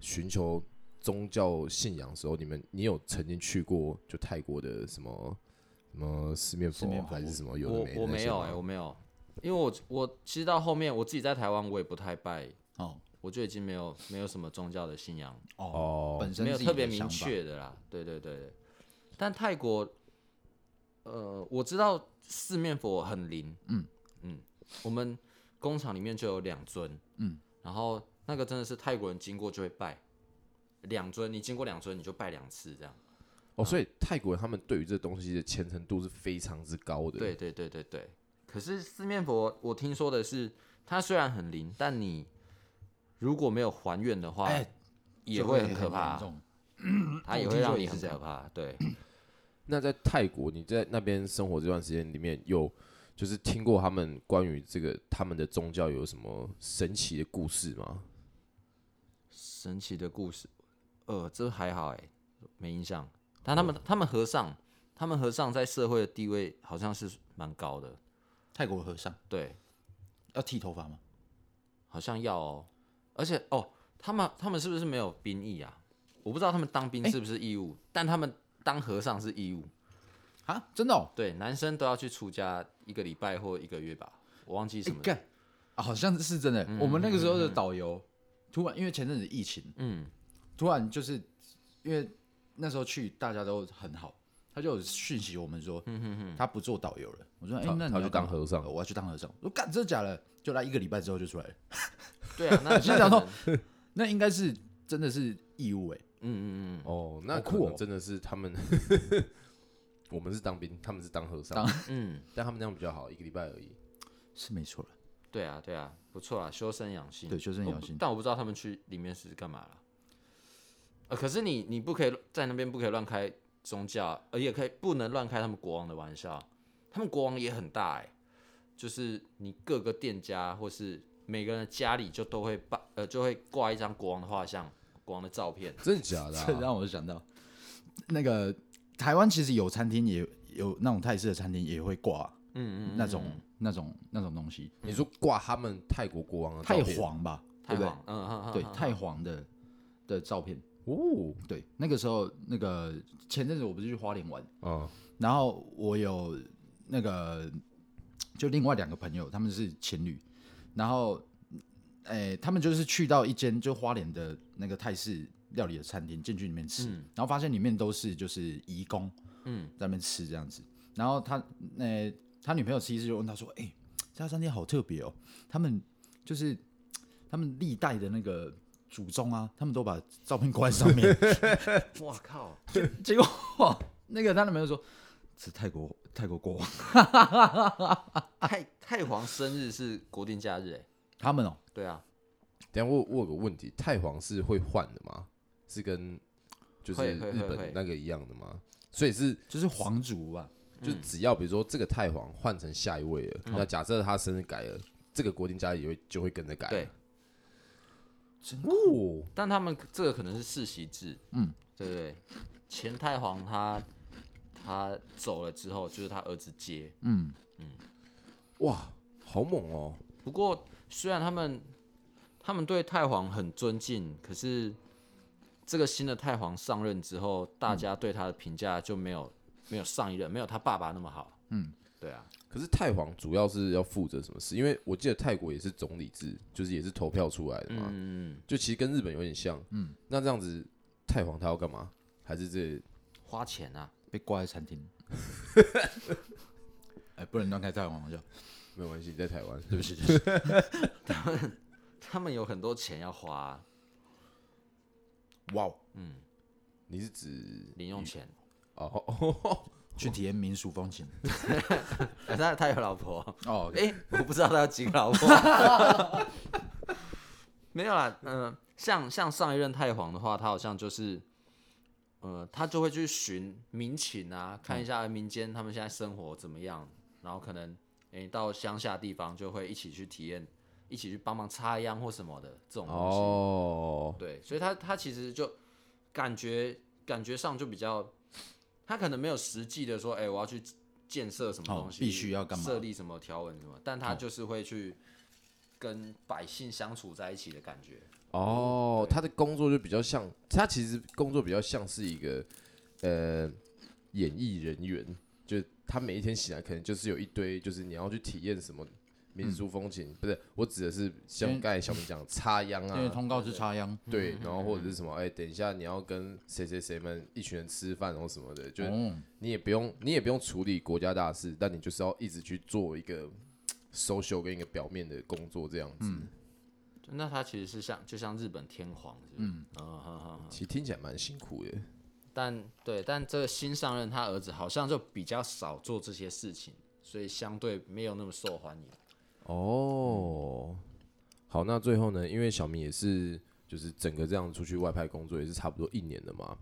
寻求宗教信仰的时候，你们你有曾经去过就泰国的什么什么四面佛
四面佛
还是什么有的
我
没的
我
那
没
些
有
吗
哎、我没有，因为我我其实到后面我自己在台湾我也不太拜，
哦，
我就已经没有没有什么宗教的信仰，
哦，
哦
本身
没有
自己
特别
的
明
想法
确的啦。对对对对，但泰国，呃，我知道四面佛很灵，嗯嗯，我们工厂里面就有两尊，
嗯，
然后那个真的是泰国人经过就会拜。两尊，你经过两尊你就拜两次，这样。
哦，所以泰国人他们对于这东西的虔诚度是非常之高的。
对对对对对。可是四面佛，我听说的是，它虽然很灵，但你如果没有还愿的话，
哎
啊也
就
会
会
很可
严
怕，
重嗯
它
我
也
听
会
说
让
也
你
是
很
这
可
样
怕。对，
那在泰国，你在那边生活这段时间里面，有就是听过他们关于这个他们的宗教有什么神奇的故事吗？
神奇的故事，呃，这还好哎、没印象。但他们、
哦
他们和尚，他们和尚在社会的地位好像是蛮高的，
泰国和尚
对，
要剃头发吗？
好像要哦。而且哦，他们他们是不是没有兵役啊？我不知道他们当兵是不是义务，但他们当和尚是义务。
啊，真的哦，
对，男生都要去出家一个礼拜或一个月吧，我忘记
哎
什么。
干、啊好像是真的。我们那个时候的导游突然因为前阵子疫情，
嗯，
突然就是因为那时候去大家都很好，他就有讯息我们说，
嗯
他不做导游了。我说，哎、
他
那你
他
要
去当
干嘛
和尚
呃我要去当和尚。我说，干，真的假的？就他一个礼拜之后就出来了。
对啊，那
就
那
想
可
说
能
那应该是真的是义务哎、
嗯嗯
哦，那
好
可
酷
能
哦
真的是他们，我们是当兵，他们是当和尚，
当
嗯嗯，
但他们那样比较好，一个礼拜而已。
是没错了。
对啊对啊，不错啊，修身养性。
对修身
我
养
不
性
但我不知道他们去里面是干嘛了。呃，可是你你不可以在那边不可以乱开宗教，呃，也可以不能乱开他们国王的玩笑。他们国王也很大哎、就是你各个店家或是每个人的家里就都会挂呃就会挂一张国王的画像、国王的照片。
真的 假的、
这
啊？
让我想到，那个台湾其实有餐厅也有那种泰式的餐厅也会挂啊
嗯嗯嗯，
那种、那种那种东西，
你说挂他们泰国国
哦
王的
太
照片
黄吧，
太
对不
棒，嗯嗯嗯，
对？对，
嗯
太黄的的照片。
哦，
对，那个时候那个前阵子我不是去花莲玩，
嗯，
然后我有那个就另外两个朋友，他们是情侣，然后诶、他们就是去到一间就花莲的那个泰式料理的餐厅进去里面吃，
嗯
然后发现里面都是就是移工，
嗯，
在那边吃这样子，然后他诶、他女朋友吃一次就问他说，哎、这家餐厅好特别哦，他们就是他们历代的那个。祖宗啊，他们都把照片挂在上面，
我靠，
结果哇那个他男朋友说，是泰国泰国国王，
太太皇生日是国定假日哎、
他们哦，
对啊，
等一下我我有个问题，太皇是会换的吗？是跟就是
会会
日
会
本
会
那个一样的吗？所以是
就是皇族啊吧，
就
嗯
只要比如说这个太皇换成下一位了，那假设他生日改了，这个国定假日也会就会跟着改。
对，，
哦，
但他们这个可能是世袭制，
嗯，
对不对？前太皇他他走了之后，就是他儿子接。
嗯，
哇，好猛哦！
不过虽然他们他们对太皇很尊敬，可是这个新的太皇上任之后，大家对他的评价就没有没有上一任没有他爸爸那么好。
嗯，
对啊，
可是太皇主要是要负责什么事？因为我记得泰国也是总理制，就是也是投票出来的嘛，
嗯，
就其实跟日本有点像。嗯，那这样子太皇他要干嘛？还是这
花钱啊，
被挂在餐厅。 哎，不能乱开太皇玩笑，
没有关系？你在台湾，
对不起，对不起。
他们有很多钱要花啊、
哇哦，
你是指
零用钱。
哦 哦哦，
去体验民俗风情。
哎他他有老婆，
哦，
哎、我不知道他有几个老婆。没有啦，嗯、像像上一任太皇的话，他好像就是，呃，他就会去寻民情啊，看一下民间他们现在生活怎么样，然后可能诶、到乡下地方就会一起去体验，一起去帮忙插秧或什么的这种东西。
哦，
对，所以他他其实就感觉感觉上就比较，他可能没有实际的说，哎、我要去建设什么
哦
东西，
必须要干嘛
设立什么条文什么，但他
哦
就是会去跟百姓相处在一起的感觉。
哦，他的工作就比较像，他其实工作比较像是一个呃演艺人员，就他每一天醒来可能就是有一堆，就是你要去体验什么民俗风
嗯
情，不是我指的是像
因为
刚才小明讲的插秧
因为
啊，
通嗯告是插秧，
对，然后或者是什么，哎、等一下你要跟谁谁谁们一群人吃饭，然后什么的，就
哦，
你也不用你也不用处理国家大事，但你就是要一直去做一个 social 跟一个表面的工作这样子，
嗯
那他其实是像就像日本天皇，嗯啊哈哈，
其实听起来蛮辛苦的。
但对，但这个新上任他儿子好像就比较少做这些事情，所以相对没有那么受欢迎。
哦，好，那最后呢，因为小明也是就是整个这样出去外派工作也是差不多一年了嘛，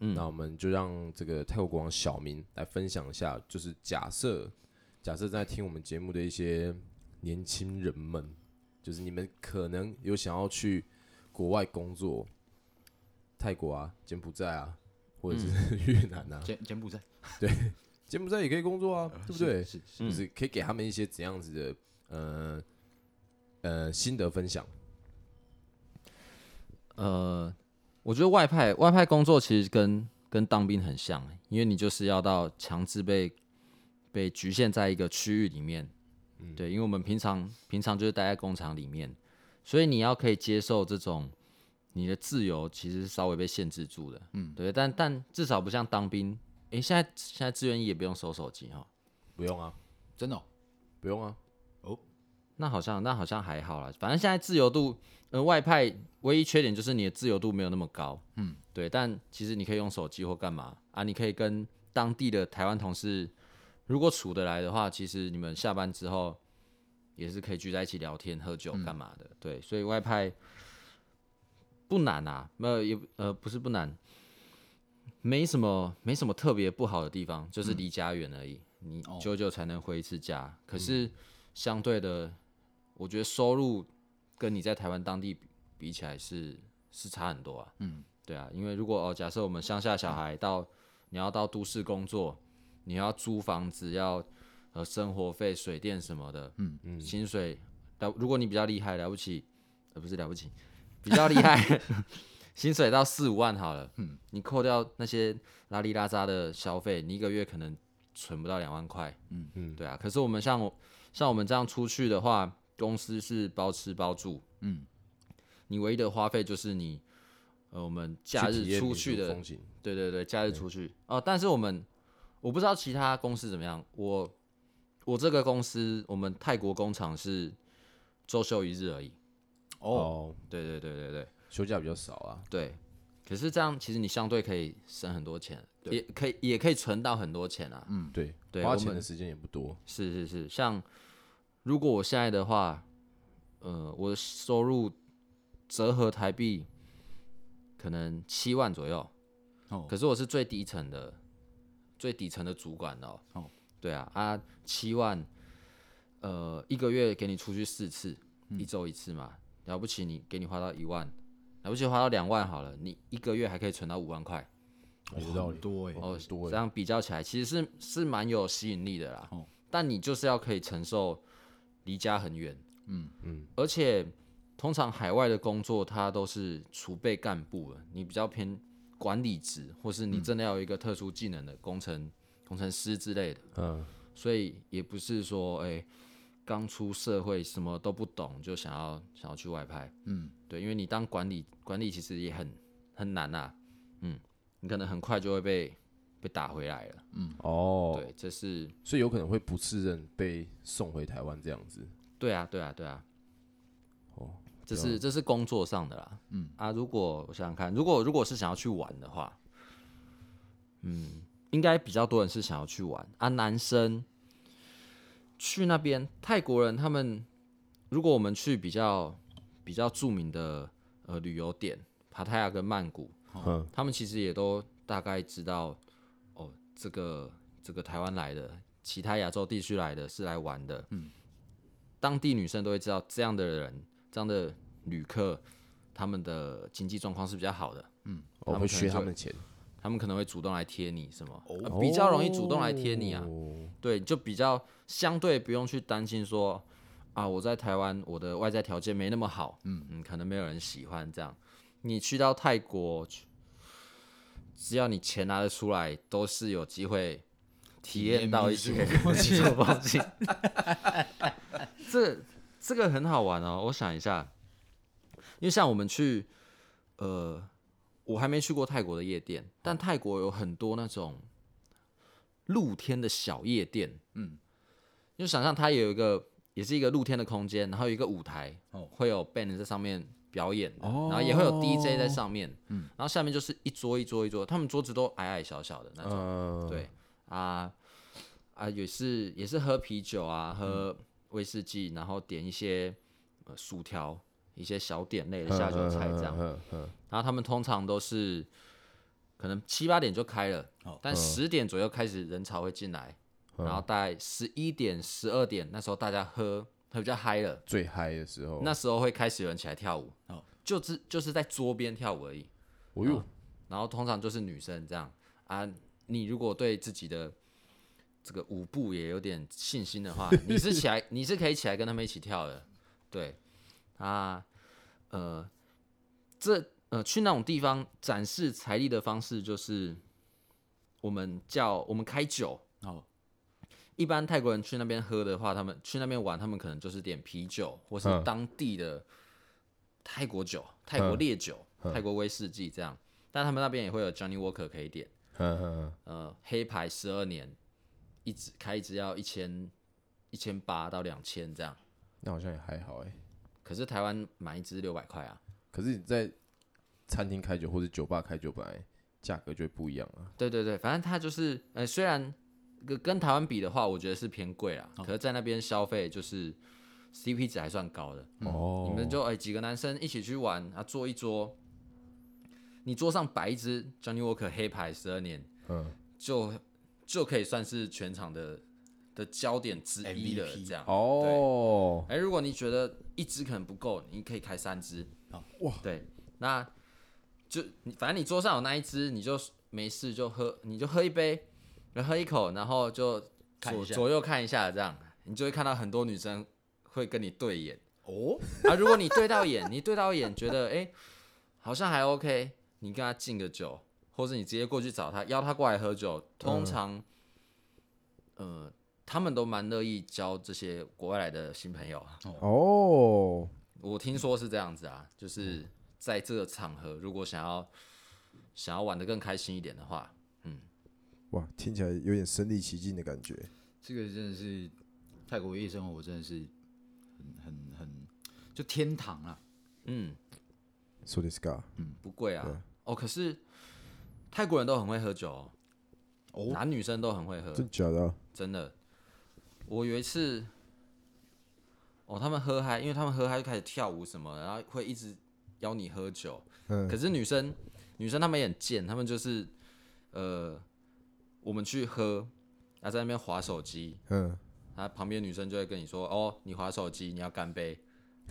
嗯，那我们就让这个泰国国王小明来分享一下，就是假设假设在听我们节目的一些年轻人们，就是你们可能有想要去国外工作，泰国啊、柬埔寨啊，或者是 越南啊，
柬柬埔寨，
柬埔寨也可以工作啊，对不对？
是是，
是不是
嗯
可以给他们一些怎样子的呃呃心得分享？
呃，我觉得外派外派工作其实跟跟当兵很像欸，因为你就是要到强制被被局限在一个区域里面。对，因为我们平常平常就是待在工厂里面，所以你要可以接受这种你的自由其实是稍微被限制住的。嗯，对，但但至少不像当兵，诶，现在现在志愿役也不用收手机哈。
不用啊，
真的哦，
不用啊，
那好像那好像还好啦，反正现在自由度，呃，外派唯一缺点就是你的自由度没有那么高，嗯，对。但其实你可以用手机或干嘛啊，你可以跟当地的台湾同事，如果处得来的话，其实你们下班之后也是可以聚在一起聊天、喝酒干嘛的，对。所以外派不难啊，没有也呃不是不难，没什么没什么特别不好的地方，就是离家远而已，你
哦
久久才能回一次家，可是。相对的，我觉得收入跟你在台湾当地比比起来是是差很多啊。嗯，对啊，因为如果哦，假设我们乡下小孩到你要到都市工作，你要租房子，要呃生活费、水电什么的，嗯嗯，薪水了，如果你比较厉害，了不起，呃不是了不起，比较厉害。 薪水到四五万好了，嗯，你扣掉那些拉里拉扎的消费，你一个月可能存不到两万块，嗯嗯，对啊。可是我们像我像我们这样出去的话，公司是包吃包住，嗯，你唯一的花费就是你，呃，我们假
去体
日
验
出
民
去
俗
的
风，情
对对对，假日出去哦、但是我们我不知道其他公司怎么样，我我这个公司，我们泰国工厂是周休一日而已，
哦，
对对对对对
休假比较少啊。
对。可是这样，其实你相对可以省很多钱，也可以也可以存到很多钱啊。
嗯，对，
对
花
我
钱的
们
时间也不多。
是是是，像如果我现在的话，呃，我的收入折合台币可能七万左右，
哦
可是我是最低层的，最底层的主管哦。
哦
对啊，啊，七万，呃，一个月给你出去四次，
嗯
一周一次嘛，了不起你给你花到一万，了不起花到两万好了，你一个月还可以存到五万块。
有道
很
理
多哎，
哦
很，多
这样比较起来，其实是是蛮有吸引力的啦。
哦
但你就是要可以承受离家很远，嗯嗯，而且通常海外的工作它都是储备干部的，你比较偏管理职，或是你真的要有一个特殊技能的工程、工程师之类的，
嗯，
所以也不是说哎。刚出社会什么都不懂，就想要想要去外派，嗯，对，因为你当管理管理其实也很很难呐、嗯，你可能很快就会被被打回来了，
哦，
嗯对，这是
所以有可能会不适任被送回台湾这样子。
对啊，对啊，对啊。
哦，
这是这是工作上的啦。嗯啊，如果我想想看，如果如果是想要去玩的话，嗯，应该比较多人是想要去玩啊。男生去那边，泰国人他们，如果我们去比较比较著名的呃旅游点，帕泰亚跟曼谷，
嗯，
他们其实也都大概知道，哦，这个这个台湾来的，其他亚洲地区来的是来玩的，嗯，当地女生都会知道这样的人，这样的旅客，他们的经济状况是比较好的，
我会
他们可能
缺
就
他们钱，
他们可能会主动来贴你什么、呃比较容易主动来贴你啊，
哦
对，就比较相对不用去担心说啊，我在台湾我的外在条件没那么好，嗯嗯，可能没有人喜欢这样。你去到泰国，去只要你钱拿得出来，都是有机会体验到一些
我
这
这
种
种
东
东西。
西 这这个很好玩哦，我想一下，因为像我们去，呃，我还没去过泰国的夜
哦
店，但泰国有很多那种露天的小夜店，嗯，就想象它有一个，也是一个露天的空间，然后有一个舞台，
哦
会有 band 在上面表演的，
哦
然后也会有 DJ 在上面，嗯，然后下面就是一桌一桌一桌，他们桌子都矮矮小小的那种，
嗯，
对啊啊，也是也是喝啤酒
嗯
啊，喝威士忌，然后点一些、呃、薯条，一些小点类的下酒菜这样。
嗯，嗯嗯
然后他们通常都是可能七八点就开了，
哦嗯
但十点左右开始人潮会进来，然后大概十一点、十二点那时候大家喝喝比较嗨了，
最嗨的时候，
那时候会开始有人起来跳舞，
哦
就是就是在桌边跳舞而已。
我又
然后通常就是女生这样啊。你如果对自己的这个舞步也有点信心的话，你是起来，你是可以起来跟他们一起跳的。对啊，呃，这呃去那种地方展示财力的方式就是我们叫我们开酒。
哦
一般泰国人去那边喝的话，他们去那边玩，他们可能就是点啤酒或是
嗯
当地的泰国酒、泰国烈酒、泰国威士忌这样。但他们那边也会有 Johnny Walker 可以点，
嗯嗯
呃，黑牌十二年，一支开一支要一千一千八到两千这样。
那好像也还好哎。
可是台湾买一支六百块啊，
可是你在餐厅开酒或者酒吧开酒，本来价格就会不一样啊。
对对对，反正它就是，呃，虽然跟跟台湾比的话，我觉得是偏贵啦，可是在那边消费就是 CP 值还算高的。
哦
你们就哎、几个男生一起去玩啊，坐一桌，你桌上摆一支 Johnny Walker 黑牌十二年，
嗯，
就就可以算是全场的的焦点之一了。
MVP
这样，
哦，
哎、如果你觉得一支可能不够，你可以开三支。
哦
哇，对，那就你反正你桌上有那一支，你就没事就喝，你就喝一杯，然后喝一口，然后就
看一
左
下
左右看一下，这样你就会看到很多女生会跟你对眼。
哦，
啊，如果你对到眼，你对到眼觉得哎、诶好像还 OK，你跟他敬个酒，或者你直接过去找他，邀他过来喝酒，通常，呃，他们都蛮乐意交这些国外来的新朋友啊。
哦，
我听说是这样子啊，就是在这个场合，如果想要想要玩的更开心一点的话，
哇，听起来有点身临其境的感觉。
这个真的是泰国夜生活，真的是很很很就天堂啊！
嗯，
So this guy，
不贵啊。哦，可是泰国人都很会喝酒、哦，
哦
男女生都很会喝。
真假的啊？
真的，我有一次，哦，他们喝嗨，因为他们喝嗨就开始跳舞什么的，然后会一直邀你喝酒。
嗯
嗯
可是女生，女生她们也很贱，她们就是，呃，我们去喝，然后在那边划手机，
嗯，
然后旁边女生就会跟你说，哦，你划手机，你要干杯，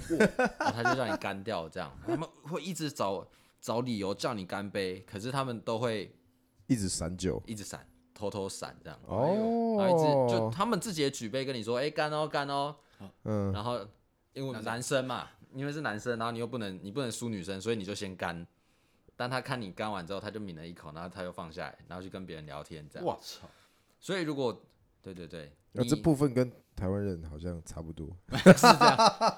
然后她就让你干掉，这样，他们会一直找找理由叫你干杯，可是他们都会
一直闪酒。啊
一直闪，偷偷闪这样。
哎
哦，
然后一直就他们自己也举杯跟你说，哎、干哦干哦，
嗯，
然后因为男生嘛，因为是男生，然后你又不能你不能输女生，所以你就先干。但他看你干完之后，他就抿了一口，然后他又放下来，然后去跟别人聊天这样。
我操，
所以如果对对对，
那
你
这部分跟台湾人好像差不多。
是这样，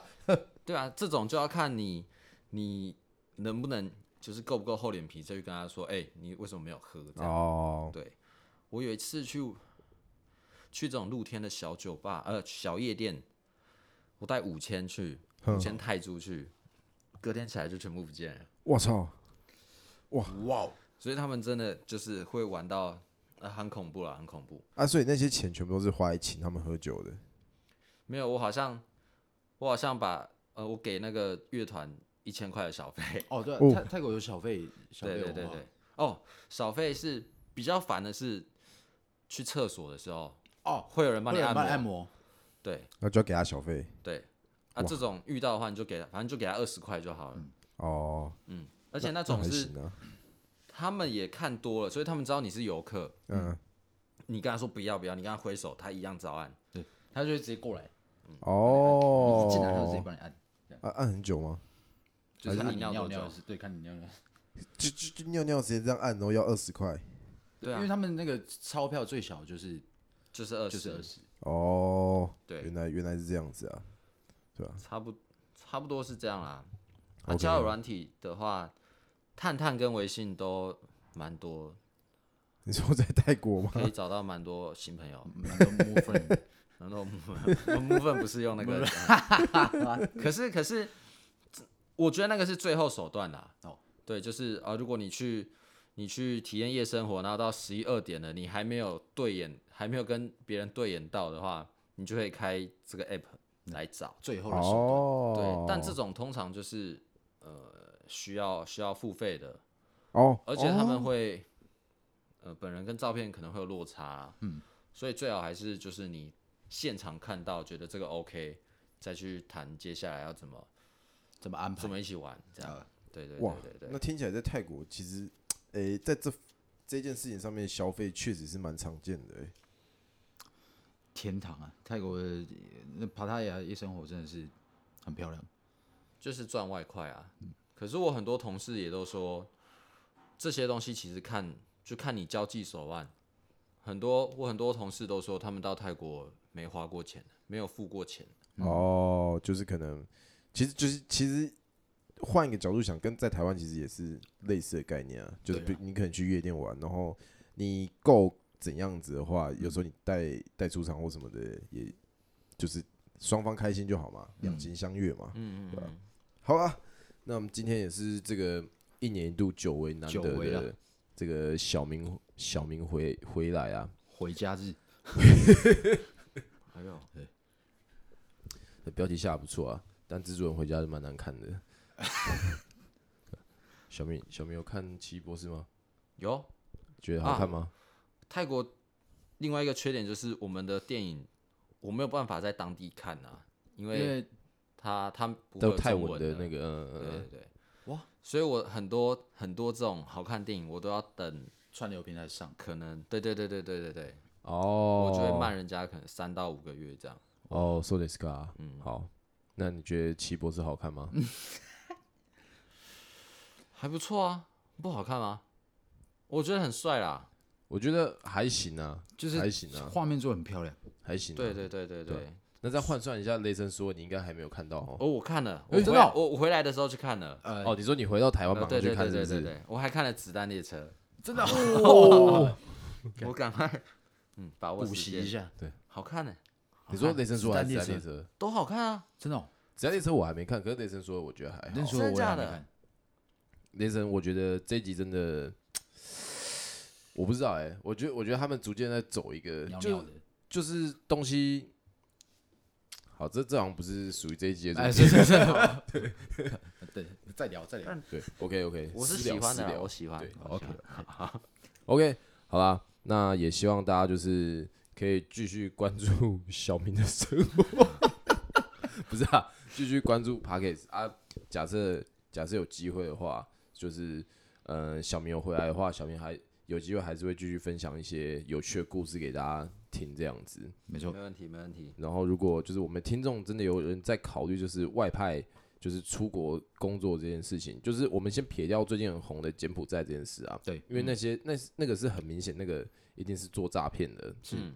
对啊，这种就要看你你能不能就是够不够厚脸皮，再去跟他说，哎、你为什么没有喝？这样。
哦，
对，我有一次去去这种露天的小酒吧，呃，小夜店，我带五千去，
嗯
五千泰铢去，隔天起来就全部不见了。
我操，
哇哦，
所以他们真的就是会玩到，呃，很恐怖啦，很恐怖。
啊！所以那些钱全部都是花来请他们喝酒的。
没有，我好像我好像把呃，我给那个乐团一千块的小费。
哦，对啊
哦，
泰泰国有小费小
对
费
对
文
对
化
对，哦，小费是比较烦的是去厕所的时候，
哦，
会有人帮
会
你
有
按
人帮
摩。
你按摩，
对
那啊就要给他小费
对，啊，这种遇到的话你就给他，反正就给他二十块就好了。
哦。
嗯，而且那
那
种
还
是
行啊，
他们也看多了，所以他们知道你是游客。
嗯，
你跟他说不要不要，你跟他挥手，他一样照按。
他就会直接过来，
嗯
哦，
一进来他就直接帮你按，
啊按很久吗？
就是
看
你
你
尿
尿
多久
尿是对，看你尿尿，
就就就尿尿直接这样按，然后要二十块
对
因
啊
为，他们那个钞票最小就是
就是二十，
就是二十，
哦。
对
原，来原来是这样子啊，
差不差不多是这样啦。啊，
OK
交友软体的话，探探跟微信都蛮多，
你说在泰国 吗？
可以找到蛮多新朋友。
蛮多 m o friend，
然后我们我们部分不是用那个，可是可是，我觉得那个是最后手段啦。
哦，
对，就是啊，如果你去你去体验夜生活，然后到十一二点了，你还没有对眼，还没有跟别人对眼到的话，你就可以开这个 app 来找。
最后的手段。
哦，
对，但这种通常就是呃需要需要付费的，
哦，
而且他们会、呃本人跟照片可能会有落差、嗯，所以最好还是就是你现场看到觉得这个 OK，再去谈接下来要怎么
怎么安排
怎？么一起玩这样。对对
哇
对对
那
对，
听起来在泰国其实，诶、在这这件事情上面消费确实是蛮常见的、欸。
天堂啊，泰国的呃那帕塔亚夜生活真的是很漂亮。
就是赚外快啊。可是我很多同事也都说，这些东西其实看就看你交际手腕。很多我很多同事都说，他们到泰国没花过钱，没有付过钱。
哦，就是可能，其实就是其实换一个角度想，跟在台湾其实也是类似的概念啊，就是
对
比
啊
你可能去夜店玩，然后你够怎样子的话，有时
嗯
候你带带出场或什么的，也就是双方开心就好嘛，两情相悦嘛。
嗯嗯
对啊
嗯，
好啊，那我们今天也是这个一年一度久违难
久
得
违
的
了
这个小明小明回回来啊，
回家日
哎呦，
那标题下的不错啊，但蜘蛛人回家是蛮难看的。 小明，小明有看《奇异博士》吗？
有
觉得好看吗？
泰国另外一个缺点就是我们的电影我没有办法在当地看啊，因
因
为
为
它它啊不会
都
有
泰
中
文
文
的那，个，嗯
对
嗯嗯
对对，哇！所以我很多很多这种好看电影，我都要等，
串流平台上，
可能对对对对对对对，
哦，
我就会慢人家可能三到五个月这样。
哦，so this guy，嗯，好，那你觉得《奇异博士》好看吗？
嗯还不错啊，不好看吗？我觉得很帅啦，
我觉得还行啊，
就是
还行啊，
画面做得很漂亮。
还行、啊。
对对对对对。
那再换算一下，雷神说你应该还没有看到哦。
哦，我看了，我
哎
回
真的哦
我我回来的时候去看了，
呃，
哦，你说你回到台湾
呃
马
对
上去
对
看是
对
不
对对
是？
对，我还看了《子弹列车
真的哦，》，
我赶快嗯把握
补
时
习
间
一，下，
好看呢、
你说雷神说还是
子
子弹
弹列
列车？
都好看啊。
真的哦。
子弹列车我还没看，可是雷神说我觉得还好
那。时候
真的
我也
假
还没
的
看，
雷神，我觉得这一集真的，我不知道哎、我觉得我觉得他们逐渐在走一个，
鸟
就
鸟的，
就是东西。好，这这好像不是属于这一集的主
哎，
题。
是是是，呃对，嗯再聊再聊。
对，OK OK，
我是喜欢的啦，啊我喜欢
对。
我喜欢
OK，好啦，那也希望大家就是可以继续关注 小明的生活，不是啊，继续关注 Parkes 啊。假设假设有机会的话，就是呃，小明有回来的话，小明还有机会还是会继续分享一些有趣的故事给大家听，这样子。
没错，
没问题，没问题。
然后，如果就是我们听众真的有人在考虑，就是外派，就是出国工作这件事情，就是我们先撇掉最近很红的柬埔寨这件事啊，
对，
因为那些、那那个是很明显，那个一定是做诈骗的。
嗯，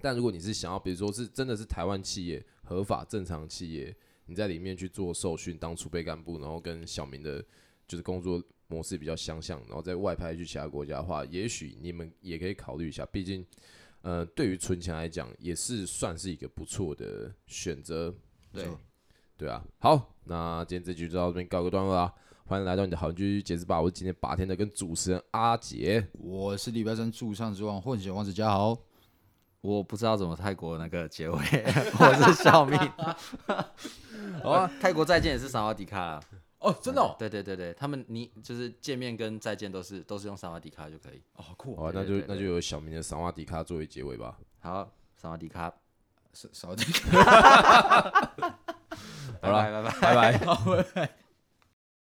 但如果你是想要，比如说是真的是台湾企业合法正常企业，你在里面去做受训当储备干部，然后跟小明的就是工作模式比较相像，然后在外派去其他国家的话，也许你们也可以考虑一下，毕竟。呃，对于存钱来讲，也是算是一个不错的选择。
对
没错，
对啊，好，那今天这局就到这边告一个段落啦。欢迎来到你的好邻居杰斯霸，我是今天八天的跟主持人阿杰，
我是礼拜三驻唱之王混血王子嘉豪，
我不知道怎么泰国那个结 尾，我是小明。 好啊，泰国再见也是萨瓦迪卡 啦，
哦，真的哦，
对对对对，他们你就是见面跟再见都是都是用萨瓦迪卡就可以。
哦，好酷
好
哦，
啊，那
对
就
对
那就由小明的桑瓦迪卡作为结尾 吧。
好，萨瓦迪卡，
少少点。
好啦
拜拜拜拜。
拜拜。
好，拜拜。